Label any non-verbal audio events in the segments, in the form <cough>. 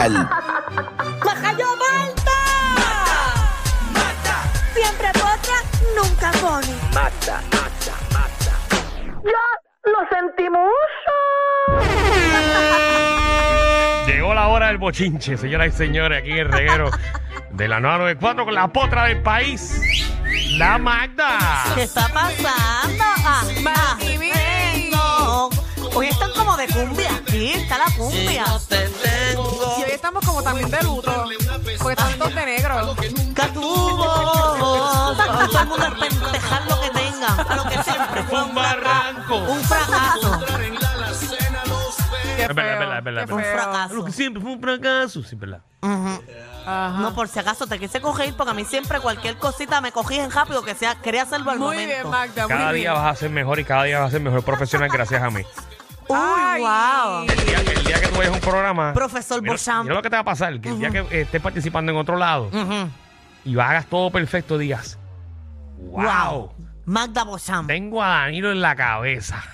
Nacional. ¡Majayo Malta! ¡Mata! ¡Mata! Siempre potra, nunca pone. Mata, mata, mata. ¡Ya lo sentimos! Llegó la hora del bochinche, señoras y señores, aquí en el reguero de la 994 con la potra del país, la Magda. ¿Qué está pasando? Ah, ah, eh, no. Hoy están como de cumbia. Aquí está la cumbia. Y hoy estamos como también de luto. Porque están todos de negro. Catubo. Todo el mundo a pentejar lo que tengan. A lo que siempre fue un, barranco. un fracaso. Qué Es verdad, es verdad, es verdad, feo, qué es Un feo. Lo fracaso. que siempre fue un fracaso, sí, ¿verdad? Ujú. Ajá. No, por si acaso te quise coger porque a mí siempre cualquier cosita me cogían rápido que sea, quería hacerlo al Muy bien, momento. Magda. Muy Cada bien. día vas a ser mejor y cada día vas a ser mejor profesional gracias a mí. Uy, Ay. wow. El día, el día que tú vayas a un programa... Profesor mira, Bochamp. mira lo que te va a pasar, que el día que estés participando en otro lado Mm. Ujú. y hagas todo perfecto, digas, wow, Wow. Magda Bochamp. tengo a Danilo en la cabeza.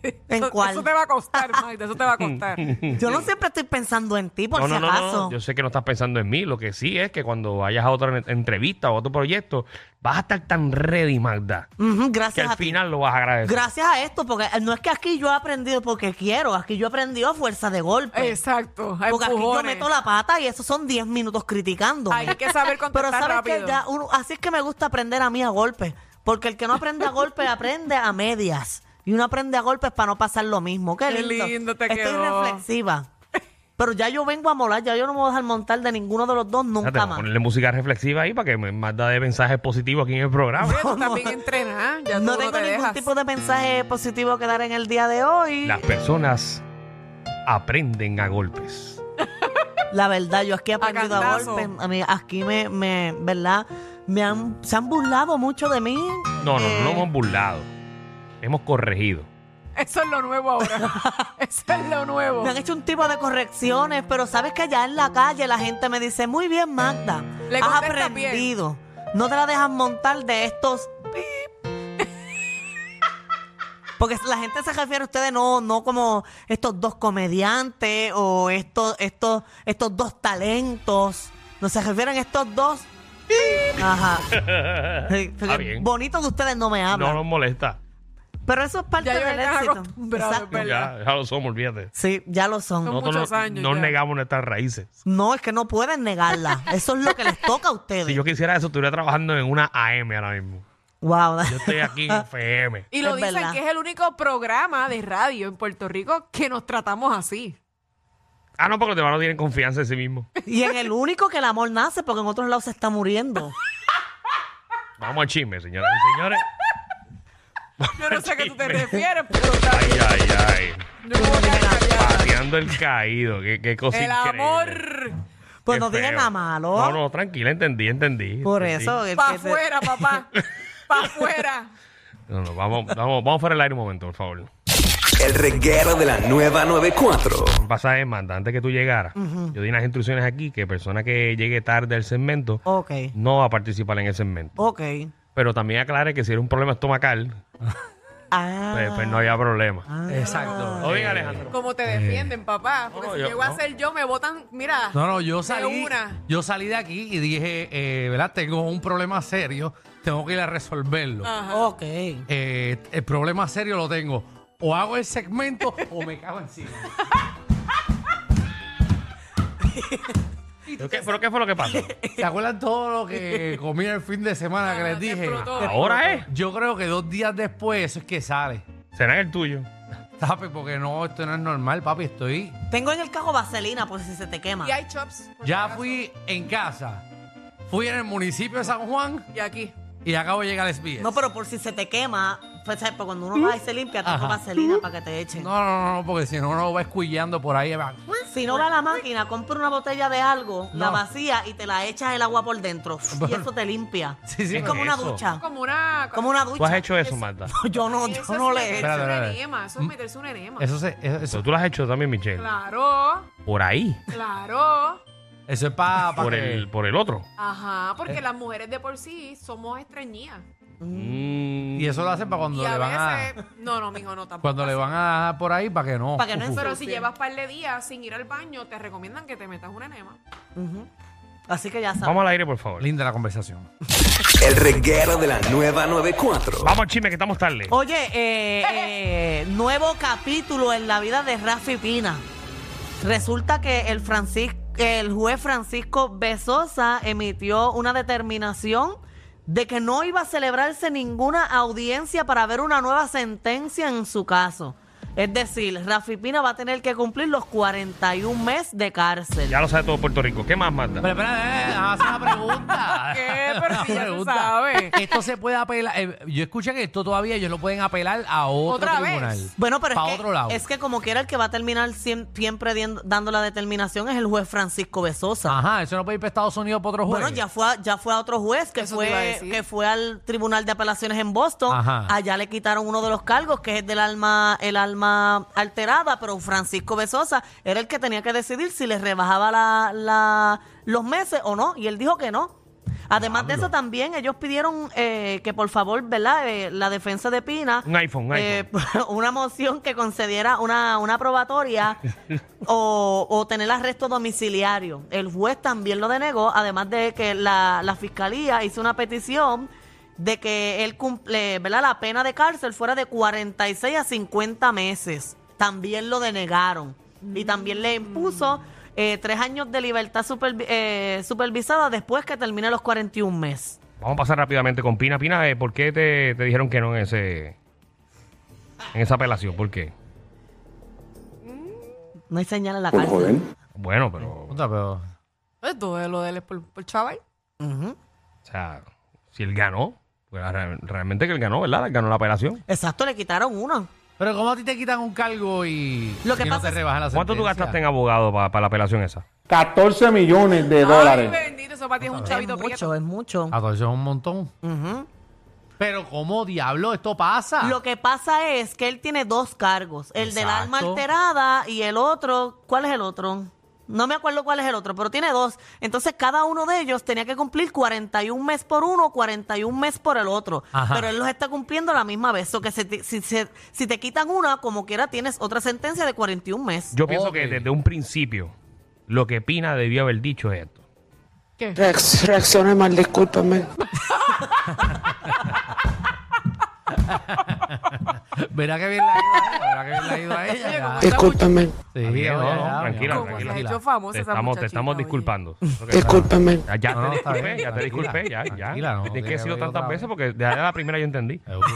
¿En Eso- cuál? Eso te va <laughs> a costar, Magda. Eso te va a costar. Yo no siempre estoy pensando en ti, Mm. por no, si no, no, acaso. no, yo sé que no estás pensando en mí. Lo que sí es que cuando vayas a otra en- entrevista o a otro proyecto, vas a estar tan ready, Magda, Ujú, que Mm, gracias al a ti. final lo vas a agradecer. Gracias a esto, porque no es que aquí yo he aprendido porque quiero, aquí yo he aprendido a fuerza de golpe. Exacto. a Porque aquí yo empujones. meto la pata y eso son 10 minutos criticando. Hay que saber Pero contestar sabes rápido. que ya uno- así es que me gusta aprender a mí a golpe. Porque el que no aprende a golpe aprende a medias. Y uno aprende a golpes para no pasar lo mismo. Qué Qué lindo. lindo te Estoy quedó. reflexiva. Pero ya yo vengo a molar, ya yo no me voy a dejar montar de ninguno de los dos Fíjate, nunca vamos a más. ponerle música reflexiva ahí para que me Magda dé mensajes positivos aquí en el programa. <laughs> Mira, tú también entrenas. ¿ah? Ya tú No tengo te ningún dejas. tipo de mensaje positivo que dar en el día de hoy. Las personas aprenden a golpes. La verdad, yo aquí he aprendido a, cantazo. golpes. A mí, aquí me, me, ¿verdad? Me han, se han burlado mucho de mí. No, no, Eh, no lo hemos burlado. Hemos corregido. Eso es lo <laughs> nuevo ahora. Eso es lo nuevo. Me han hecho un tipo de correcciones, pero sabes que allá en la calle la gente me dice, muy bien, Magda, Le has contestas aprendido. No te la dejas montar de estos... pip". Porque la gente se refiere a ustedes no, no como estos dos comediantes o estos, estos, estos dos talentos. No se refieren a estos dos. <laughs> Ajá. Sí, porque Ah, bien. Bonito de ustedes no me hablan. No nos molesta. Pero eso es parte Ya yo del me estaba éxito. acostumbrado, Exacto. pero- ¿Verdad? Ya, ya lo somos, olvídate. Sí, ya lo son. Son Nosotros muchos no, años no ya. negamos nuestras raíces. No, es que no pueden negarla. Eso es lo que les toca a ustedes. Si yo quisiera eso, estuviera trabajando en una AM ahora mismo. Wow. Yo estoy aquí en FM. Y lo Es dicen verdad. que es el único programa de radio en Puerto Rico que nos tratamos así. Ah, no, porque los demás no tienen confianza en sí mismos. Y en el único que el amor nace, porque en otros lados se está muriendo. Vamos al chisme, señoras y señores. Yo no sé a qué tú te Chisme. refieres, pero Ay, ay, ay. no me voy a quedar callada. Pateando el caído. Qué, qué cosa El increíble. amor Pues Qué no dije feo. nada malo. No, no, tranquila, entendí, entendí. Por entendí. eso. el para que se- <laughs> afuera, papá. Para afuera. No, no, vamos, vamos, vamos fuera del aire un momento, por favor. El reguero de la nueva 94. Pasa es, Manda, antes que tú llegaras, yo di unas instrucciones aquí que persona que llegue tarde al segmento Ok. no va a participar en el segmento. Ok. Pero también aclare que si era un problema estomacal, Ah. pues, pues no había problema. Ah. Exacto. Oye, Alejandro. Como te defienden, papá. Porque No, si yo- llego a no. ser yo, me votan. Mira. No, no, yo salí, una. yo salí de aquí y dije, eh, ¿verdad? Tengo un problema serio, tengo que ir a resolverlo. Ah. Ok. Eh, el problema serio lo tengo. O hago el segmento <laughs> o me cago encima. ¿Pero qué, pero qué fue lo que <laughs> pasó? ¿Se acuerdan todo lo que comí el fin de semana Ah, que les Ah, te dije? explotó. Ahora es. Yo creo que dos días después eso es que sale. Será el tuyo. Papi, porque no, esto no es normal, papi. Estoy. Tengo en el cajo vaselina por si se te quema. Y hay chops. por si Ya acaso. fui en casa, fui en el municipio de San Juan Y aquí. y acabo de llegar al SBS. No, pero por si se te quema, pues, ¿sabes? Pues cuando uno va y se limpia, tengo Ajá. vaselina para que te echen. No, no, no, no, porque si no, no va escuillando por ahí. va. Si no va a la máquina, compra una botella de algo, la No. vacía y te la echas el agua por <laughs> dentro. Y eso te limpia. Sí, sí, es pero como una eso. ducha. Como una. Como una ¿Tú has ducha. hecho eso, Marta? <laughs> Yo no, Eso yo es no le he hecho. meterse Espérate, un espérate. enema. Eso es meterse un enema. Mm, Eso, se- eso, Eso eso, tú lo has hecho también, Michelle. Claro. Por ahí. Claro. eso es para. Por el, por el otro. Eh. Ajá, porque las mujeres de por sí somos estreñidas. Mm, Y eso lo hacen para cuando Y le a van a. veces. No, no, mijo, no tampoco. Cuando le van a por ahí para que no. Para que no ujú. ensucie. Pero si llevas par de días sin ir al baño, te recomiendan que te metas un enema. Así que ya sabes. Vamos al aire, por favor. Linda la conversación. El reguero de la nueva 94. Vamos al chisme, que estamos tarde. Oh. Oye, eh, eh, nuevo capítulo en la vida de Rafi Pina. Resulta que el, Francis- el juez Francisco Besosa emitió una determinación de que no iba a celebrarse ninguna audiencia para ver una nueva sentencia en su caso. Es decir, Rafi Pina va a tener que cumplir los 41 meses de cárcel. Ya lo sabe todo Puerto Rico. ¿Qué más, Marta? Pero espera, eh, haz una <laughs> pregunta. ¿Qué? Pero Una si ya se sabe. Esto se puede apelar. eh, yo escuché que esto todavía ellos lo pueden apelar a otro ¿Otra vez? tribunal. Bueno, pero es Pa' que, otro lado. es que como quiera el que va a terminar siem- siempre dien- dando la determinación es el juez Francisco Besosa. Ajá, eso no puede ir para Estados Unidos para otro juez. Bueno, ya fue, a, ya fue a otro juez que Eso te iba a fue, decir. que fue al Tribunal de Apelaciones en Boston. Ajá. Allá le quitaron uno de los cargos, que es del alma, el alma alterada, pero Francisco Besosa era el que tenía que decidir si le rebajaba la, la- los meses o no, y él dijo que no. Además de eso, también ellos pidieron eh, que por favor, ¿verdad? Eh, la defensa de Pina. Un iPhone, un eh, <laughs> una moción que concediera una, <laughs> una probatoria o, o tener arresto domiciliario. El juez también lo denegó, además de que la, la fiscalía hizo una petición de que él cumple, ¿verdad? La pena de cárcel fuera de 46 a 50 meses. También lo denegaron. Y también le impuso eh, tres años de libertad supervi- eh, supervisada después que termine los 41 meses. Vamos a pasar rápidamente con Pina. Pina, eh, ¿por qué te, te dijeron que no en ese en esa apelación? ¿Por qué? No hay señal en la cárcel. Bueno, pero, o Puta, pero- Pues todo lo de él es por, por chaval. Ujú. sea, si él ganó, pues, re- realmente que él ganó, ¿verdad? Él ganó la apelación. Exacto, le quitaron uno. Pero ¿cómo a ti te quitan un cargo y, Lo que y pasa no es- te rebajan la ¿Cuánto tú sentencia? gastaste en abogado para la apelación esa? 14 millones de Ay, dólares. bendito, eso para ti es un Es chavito mucho, prieto. es mucho. Ah, todo eso es un montón. Ujú. Pero ¿cómo diablo esto pasa? Lo que pasa es que él tiene dos cargos, el del alma Exacto. alterada y el otro, ¿cuál es el otro? No me acuerdo cuál es el otro, pero tiene dos. Entonces cada uno de ellos tenía que cumplir 41 meses por uno, 41 meses por el otro. Ajá. Pero él los está cumpliendo a la misma vez. O que se te- si, se- si te quitan una, como quiera, tienes otra sentencia de 41 meses. Yo pienso que Ok. desde un principio lo que Pina debió haber dicho es esto. Reacc- Reaccioné mal, discúlpame. Verá que bien la ha ido a ella. Verá que bien la ha ido a ella. Oye, como ya. esta Discúlpame, Sí, Tranquila, no, no, ya, ya, tranquila, ya. ¿Cómo se tranquila. ha hecho famosa Te esa estamos, te muchachita, estamos oye? disculpando. Ok, discúlpame. Ya, ya No, no, te está bien, disculpé, ya te tranquila, disculpé, ya, ya. tranquila, no, es que tiene he que sido haber otra tantas vez. veces porque desde la primera yo entendí. Seguro.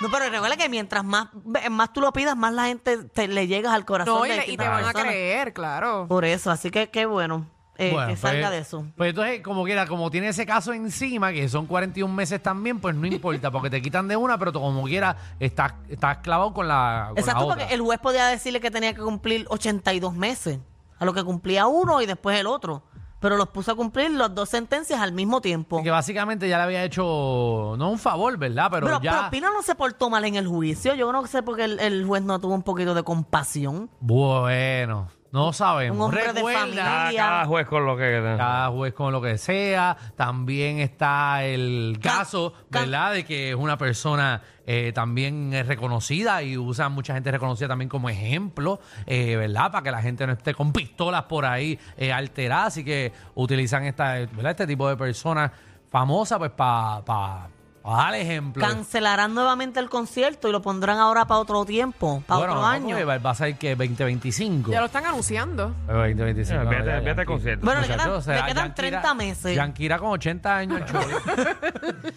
No, pero recuerda que mientras más, más tú lo pidas, más la gente te, le llegas al corazón. No, y, de le- y te van a persona. creer, claro. Por eso, así que qué bueno eh, Bueno, que pues- salga de eso. Pues entonces, como quiera, como tiene ese caso encima, que son 41 meses también, pues no importa, porque te quitan de una, pero tú como quiera, estás, estás clavado con la, con la Exacto, otra. porque el juez podía decirle que tenía que cumplir 82 meses, a lo que cumplía uno y después el otro. Pero los puso a cumplir las dos sentencias al mismo tiempo. Que básicamente ya le había hecho, no un favor, ¿verdad? Pero, Pero, ya... pero Pina no se portó mal en el juicio. Yo no sé por qué el, el juez no tuvo un poquito de compasión. Bueno, no sabemos. Un hombre de Recuerda- familia. Cada, Lidia. cada juez con lo que... Cada juez con lo que sea. También está el caso, Ca- ¿verdad? De que es una persona eh, también eh, reconocida y usa mucha gente reconocida también como ejemplo, eh, ¿verdad? Para que la gente no esté con pistolas por ahí eh, alterada. Así que utilizan esta, eh, ¿verdad? este tipo de personas famosas pues para dar ejemplo. Cancelarán nuevamente el concierto y lo pondrán ahora para otro tiempo, para Bueno, otro no, año. porque va va a ser que 2025. Ya lo están anunciando. Eh, 2025. Eh, no, vete- ya, vete al Yankee. concierto. Bueno, le Muchachos, quedan- será le quedan 30 meses. Yankira con 80 años. <laughs> chulo.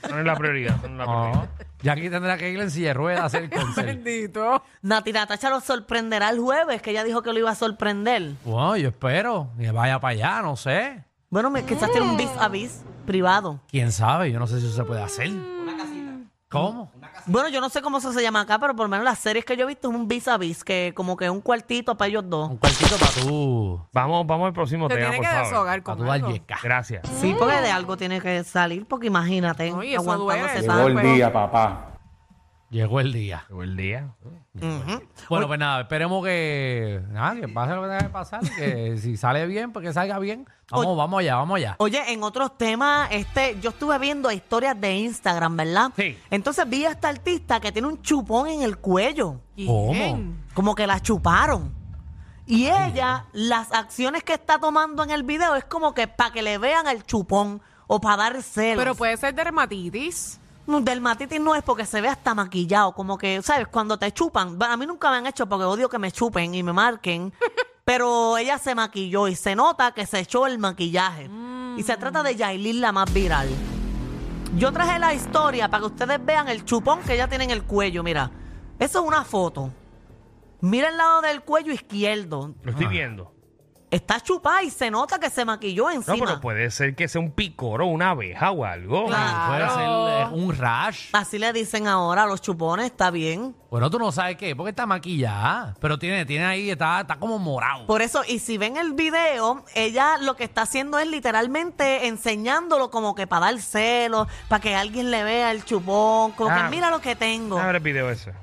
No es la prioridad. no es la prioridad. No. Yankee tendrá que ir en silla de ruedas a hacer el concierto. Bendito. Nati Natacha lo sorprenderá el jueves, que ella dijo que lo iba a sorprender. Wow, yo espero que vaya para allá, no sé. Bueno, me- quizás tiene un bis a bis privado. Quién sabe, yo no sé si eso se puede hacer. Una casita. ¿Cómo? Bueno, yo no sé cómo eso se llama acá, pero por lo menos las series que yo he visto es un vis a vis, que como que un cuartito para ellos dos. Un cuartito para tú. Vamos, vamos al próximo Te tema, tiene por que favor. desahogar Para con tú dar algo. yeca. Gracias. Sí, porque de algo tiene que salir, porque imagínate, No, y eso aguantándose Llegó tanto. el pero- día, papá. Llegó el día. el día. Bueno, pues nada, esperemos que, nada, que pase lo que tenga que pasar, y que si sale bien, pues que salga bien. Vamos, vamos allá, vamos allá. Oye, en otros temas, este, yo estuve viendo historias de Instagram, ¿verdad? Sí. Entonces vi a esta artista que tiene un chupón en el cuello. ¿Cómo? como que la chuparon. Y ella, las acciones que está tomando en el video es como que para que le vean el chupón o para dar celos. Pero puede ser dermatitis. No, Dermatitis Mm, no es porque se ve hasta maquillado, como que, ¿sabes? Cuando te chupan, a mí nunca me han hecho porque odio que me chupen y <laughs> me marquen, pero ella se maquilló y se nota que se echó el maquillaje. Y se trata Mm. de Yailin, la más viral. Yo traje la historia para que ustedes vean el chupón que ella tiene en el cuello, mira. Eso es una foto. Mira el lado del cuello izquierdo. Lo Ah. estoy viendo. Está chupada y se nota que se maquilló No, encima. pero pues- puede ser que sea un picoro, una abeja o algo. Puede ser eh, un rash. Así le dicen ahora a los chupones, está bien. Bueno, tú no sabes qué, porque está maquillada, pero tiene, tiene ahí, está, está como morado. Por eso, y si ven el video, ella lo que está haciendo es literalmente enseñándolo como que para dar celos, para que alguien le vea el chupón, como Ah. que mira lo que tengo. A ver el video ese.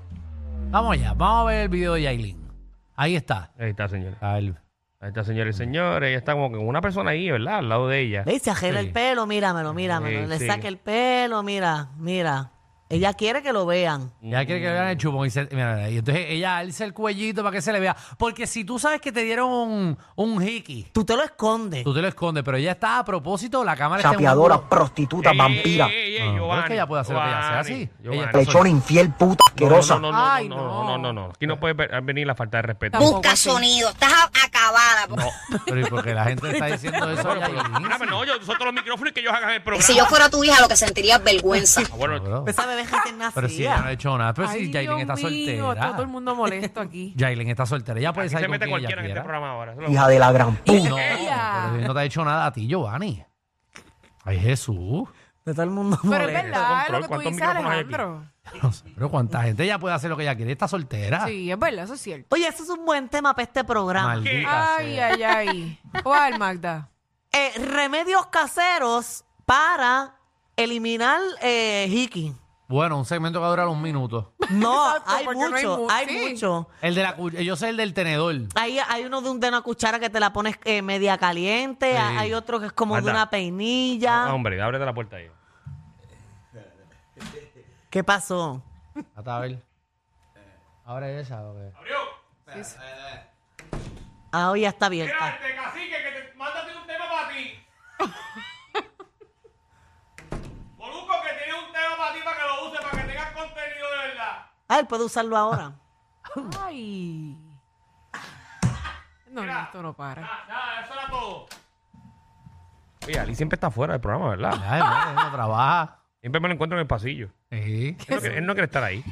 Vamos allá, vamos a ver el video de Yailin. Ahí está. Ahí está, señores. A ver. Ahí está, señores y señores. Ella está como con una persona ahí, ¿verdad? Al lado de ella. Ve, y se arregla Sí. el pelo, míramelo, míramelo. Sí, le sí. saca el pelo, mira, mira. Ella quiere que lo vean. Ya quiere que vean el chupón. Y, se- mira, mira, y entonces ella alza el cuellito para que se le vea. Porque si tú sabes que te dieron un, un hickey, Tú te lo escondes. tú te lo escondes, pero ella está a propósito, la cámara Chapeadora, está en un ángulo- prostituta, Ey, vampira, ey, ey, ey, No, pero Giovanni, es que ella puede hacer lo que ella hace, así. Giovanni, Ella- Giovanni. lechona infiel, puta, asquerosa. No, no, no, no, Ay, no, no, no, no. no, no. Aquí no puede ver- venir la falta de respeto. Tampoco Busca así. sonido, estás a- acabada. po. Pero ¿y por qué la gente está diciendo eso a Bueno, pero- Yailin? Ah, pero no, yo suelto los micrófonos y que ellos hagan el programa. Si yo fuera tu hija, lo que sentirías vergüenza. Ah, bueno, No, bro. Esa bebé recién Pero si ella no ha nacida. hecho nada. Pero Ay, si Yailin Dios está mío, soltera. Todo el mundo molesto <laughs> aquí. Yailin está soltera. Ella puede aquí salir se con mete quien ella cualquiera en este quiera. programa ahora. hija de la gran puta. No, Ella. pero si no te ha hecho nada a ti, Giovanni. Ay, Jesús. De todo el mundo Pero es molesto. verdad, es lo que tú ¿Cuántos dices, micrófonos hay aquí? Alejandro. No sé, Pero cuánta gente ella puede hacer lo que ella quiere. Está soltera. Sí, es verdad, eso <laughs> es cierto. Oye, eso es un buen tema para este programa. Maldita Ay, sea. ay, ay. ¿Cuál, Magda? Eh, remedios caseros para eliminar eh, Hiki. Bueno, un segmento que va a durar un minuto. No, <laughs> Exacto, hay porque no hay mucho, mu- hay, sí. mucho. El de la cu- yo sé el del tenedor. Hay, hay uno de, un, de una cuchara que te la pones eh, media caliente, Sí. hay otro que es como Anda. de una peinilla. Ah, hombre, ábrete la puerta ahí. ah. ¿Qué pasó? Hasta a ver. Ahora es esa, ¿o qué? Ah, hoy ya está abierta. Este cacique, que te mándate un tema para ti. Boluco, que tiene un tema para ti para que lo uses, para que tengas contenido de verdad. Ah, él puede <laughs> usarlo ahora. Ay. No, no, esto no para. <laughs> Nada, eso era todo. Oye, Ali siempre está fuera del programa, ¿verdad? Ay, madre, no trabaja. Siempre me lo encuentro en el pasillo. Él Sí. no, quiere, él no quiere estar ahí.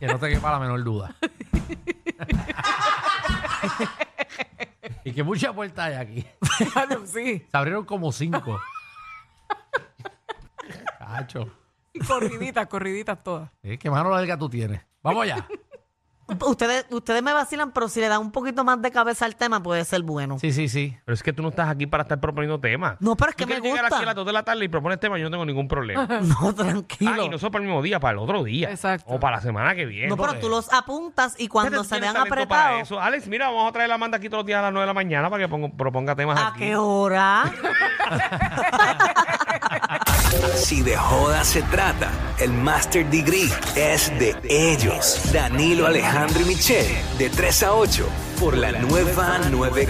Que no te quepa la menor duda. y que muchas puertas hay aquí. sí. Se abrieron como cinco. Cacho. Y corriditas, corriditas todas. Eh, ¿Qué mano larga tú tienes? Vamos allá. ustedes, ustedes me vacilan, pero si le dan un poquito más de cabeza al tema, puede ser bueno. Sí, sí, sí. Pero es que tú no estás aquí para estar proponiendo temas. No, pero es Tú que me quieres llegar aquí a las gusta. 2 de la tarde y propones temas, yo no tengo ningún <laughs> problema. No, Ah, tranquilo. y no solo para el mismo día, para el otro día. Exacto. O para la semana que viene. No, pero tú los apuntas y cuando pues. Ustedes se tienen vean talento para apretados. eso. Alex, mira, vamos a traer la Amanda aquí todos los días a las 9 de la mañana para que ponga- proponga temas ¿A aquí. Ah, qué hora? Si de joda se trata, el Master Degree es de ellos. Danilo Alejandro y Michelle, de 3 a 8, por la nueva 9.